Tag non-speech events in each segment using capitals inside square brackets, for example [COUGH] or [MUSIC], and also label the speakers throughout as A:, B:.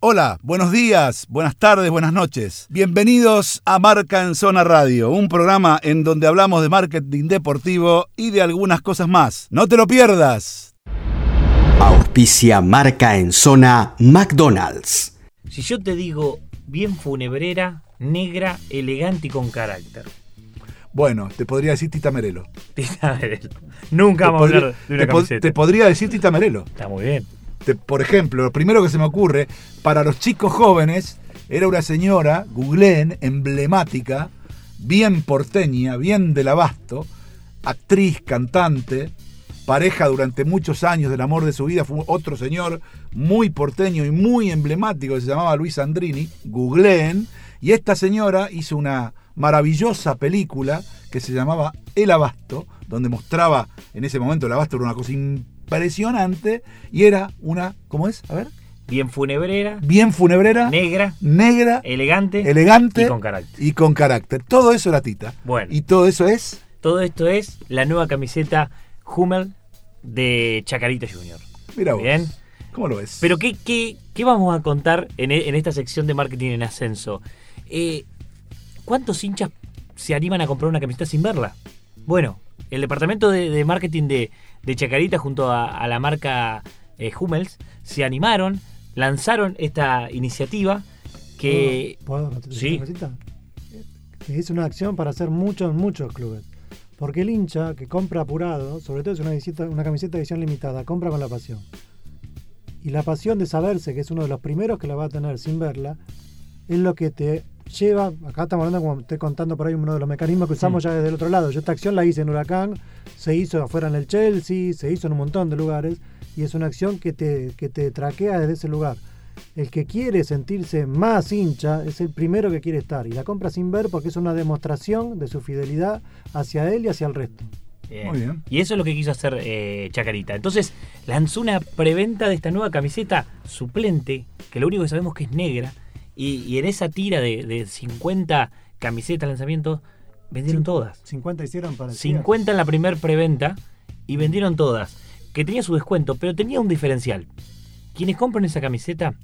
A: Hola, buenos días, buenas tardes, buenas noches. Bienvenidos a Marca en Zona Radio, un programa en donde hablamos de marketing deportivo y de algunas cosas más. No te lo pierdas.
B: Auspicia Marca en Zona McDonald's.
C: Si yo te digo bien funebrera, negra, elegante y con carácter. [LAUGHS]
A: Bueno, te podría decir Tita Merelo.
C: Tita Merelo. Nunca
A: Te
C: vamos a
A: podría-
C: hablar de una
A: te po-
C: camiseta.
A: te podría decir Tita Merelo.
C: Está muy bien.
A: Te- por ejemplo, lo primero que se me ocurre, para los chicos jóvenes, era una señora, googleen, emblemática, bien porteña, bien del abasto, actriz, cantante, pareja durante muchos años del amor de su vida, fue otro señor muy porteño y muy emblemático que se llamaba Luis Andrini, googleen, y esta señora hizo una maravillosa película que se llamaba El Abasto, donde mostraba, en ese momento el abasto era una cosa impresionante, y era una, ¿cómo es? A ver,
C: Bien funebrera,
A: bien funebrera,
C: negra,
A: negra,
C: elegante,
A: elegante
C: eh, y con carácter.
A: y con carácter. Todo eso era Tita.
C: Bueno,
A: Y todo eso es
C: todo esto es la nueva camiseta Hummel de Chacarita Junior.
A: Mira vos.
C: Bien.
A: ¿Cómo lo ves?
C: Pero ¿qué, qué, qué vamos a contar en, e- en esta sección de marketing en ascenso? Eh, ¿Cuántos hinchas se animan a comprar una camiseta sin verla? Bueno, el departamento de, de marketing de, de Chacarita junto a, a la marca eh, Hummels se animaron, lanzaron esta iniciativa que...
D: ¿Puedo? ¿Puedo?
C: Sí.
D: una cosita? Que es una acción para hacer muchos, muchos clubes. Porque el hincha que compra apurado, sobre todo es una, visita- una camiseta de edición limitada, compra con la pasión. Y la pasión de saberse que es uno de los primeros que la va a tener sin verla, es lo que te lleva, acá estamos hablando como estoy contando por ahí uno de los mecanismos que usamos ya desde el otro lado. Yo esta acción la hice en Huracán, se hizo afuera en el Chelsea, se hizo en un montón de lugares, y es una acción que te, que te traquea desde ese lugar. El que quiere sentirse más hincha es el primero que quiere estar y la compra sin ver porque es una demostración de su fidelidad hacia él y hacia el resto.
C: Bien.
A: Muy bien.
C: Y eso es lo que quiso hacer eh, Chacarita. Entonces lanzó una preventa de esta nueva camiseta suplente, que lo único que sabemos que es negra. Y, y en esa tira de, de 50 camisetas lanzamientos, vendieron
D: Sí.
C: todas.
D: 50 hicieron para
C: 50 en la primer preventa y vendieron todas. Que tenía su descuento, pero tenía un diferencial. Quienes compran esa camiseta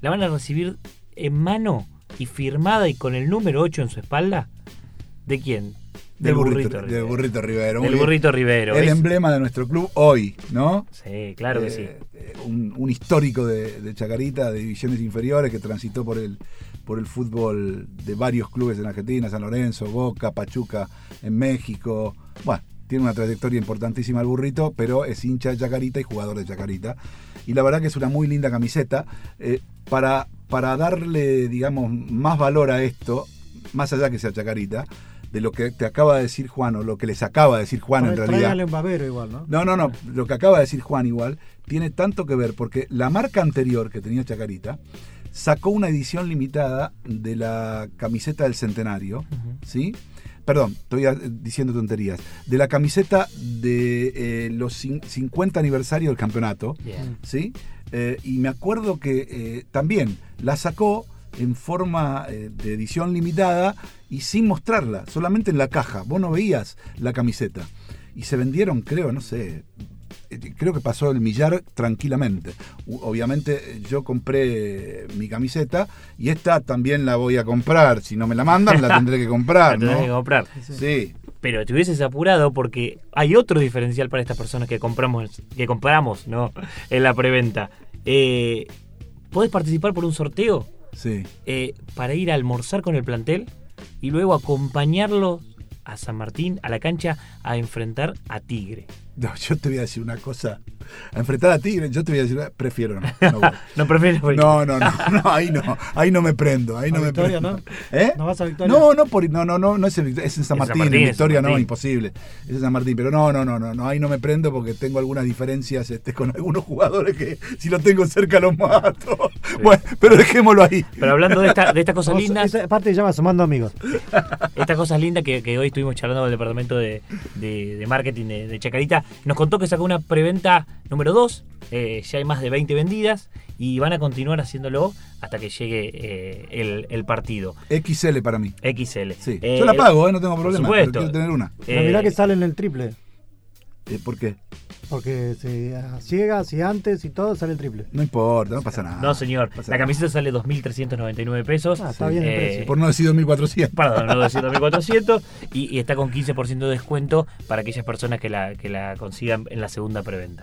C: la van a recibir en mano y firmada y con el número 8 en su espalda. ¿De quién?
A: Del burrito,
C: Rivero.
A: del burrito Rivero. muy
C: Del
A: bien.
C: burrito Rivero.
A: El
C: ¿ves?
A: emblema de nuestro club hoy, ¿no?
C: Sí, claro que sí.
A: Eh, eh, Un, un histórico de, de Chacarita, de divisiones inferiores, que transitó por el, por el fútbol de varios clubes en Argentina, San Lorenzo, Boca, Pachuca, en México. Bueno, tiene una trayectoria importantísima el burrito, pero es hincha de Chacarita y jugador de Chacarita. Y la verdad que es una muy linda camiseta. Eh, para, para darle, digamos, más valor a esto, más allá que sea Chacarita, de lo que te acaba de decir Juan, o lo que les acaba de decir Juan en realidad.
D: un babero igual, ¿no?
A: No, no, no. Lo que acaba de decir Juan igual tiene tanto que ver porque la marca anterior que tenía Chacarita sacó una edición limitada de la camiseta del centenario, ¿sí? Perdón, estoy eh, diciendo tonterías. De la camiseta de eh, los cin- 50 aniversario del campeonato,
C: Bien.
A: ¿sí? Eh, y me acuerdo que eh, también la sacó en forma eh, de edición limitada y sin mostrarla, solamente en la caja. Vos no veías la camiseta. Y se vendieron, creo, no sé, eh, creo que pasó el millar tranquilamente. U- Obviamente eh, yo compré eh, mi camiseta y esta también la voy a comprar. Si no me la mandan, la tendré que
C: [LAUGHS] La
A: comprar,
C: tenés que
A: Ah, ¿no?
C: comprar.
A: Sí,
C: Pero te hubieses apurado porque hay otro diferencial para estas personas que compramos, que compramos, ¿no? En la preventa. Eh, podés participar por un sorteo
A: sí.
C: eh, para ir a almorzar con el plantel y luego acompañarlo a San Martín, a la cancha, a enfrentar a Tigre.
A: No, yo te voy a decir una cosa. A enfrentar a Tigre, yo te voy a decir, prefiero no. no voy.
C: No prefiero.
A: No, no, no, no, [LAUGHS] ahí no, ahí no me prendo, ahí
D: ¿A
A: no me
D: Victoria,
A: prendo.
D: no?
A: [LAUGHS] ¿Eh?
D: ¿No vas a Victoria?
A: No, no, por- no, no, no, no es en, Vict- es en San
C: En San
A: Martín,
C: Martín,
A: en
C: en
A: Victoria
C: San
A: no,
C: Martín.
A: imposible. Es en San Martín, pero no, no, no, no, no, ahí no me prendo porque tengo algunas diferencias este, con algunos jugadores que si lo tengo cerca los mato. [LAUGHS] Bueno, pero dejémoslo ahí.
C: [LAUGHS] Pero hablando de, esta, de estas cosas
D: Vos-
C: lindas,
D: Esa parte se llama Sumando Amigos.
C: Estas cosas lindas que, que hoy estuvimos charlando con el departamento de, de- de marketing de, de Chacarita, nos contó que sacó una preventa número 2, ya hay más de 20 vendidas y van a continuar haciéndolo hasta que llegue eh, el, el partido.
A: XL para mí.
C: XL.
A: Sí.
C: Eh,
A: Yo la pago, eh, no tengo
C: por
A: problema, pero
C: supuesto.
A: quiero tener una.
C: eh,
D: Mirá que salen el triple.
A: Eh, ¿Por qué?
D: Porque Porque si a ciegas y antes y todo sale el triple.
A: No importa, no pasa nada.
C: No, señor.
A: Ah, Pasa
C: La
A: nada.
C: camiseta sale 2.399 pesos. Eh,
D: Ah, está bien el precio.
A: Por no decir 2400. [LAUGHS]
C: Perdón, no 200, 1400 y, y está con 15% de descuento para aquellas personas que la, que la consigan en la segunda preventa.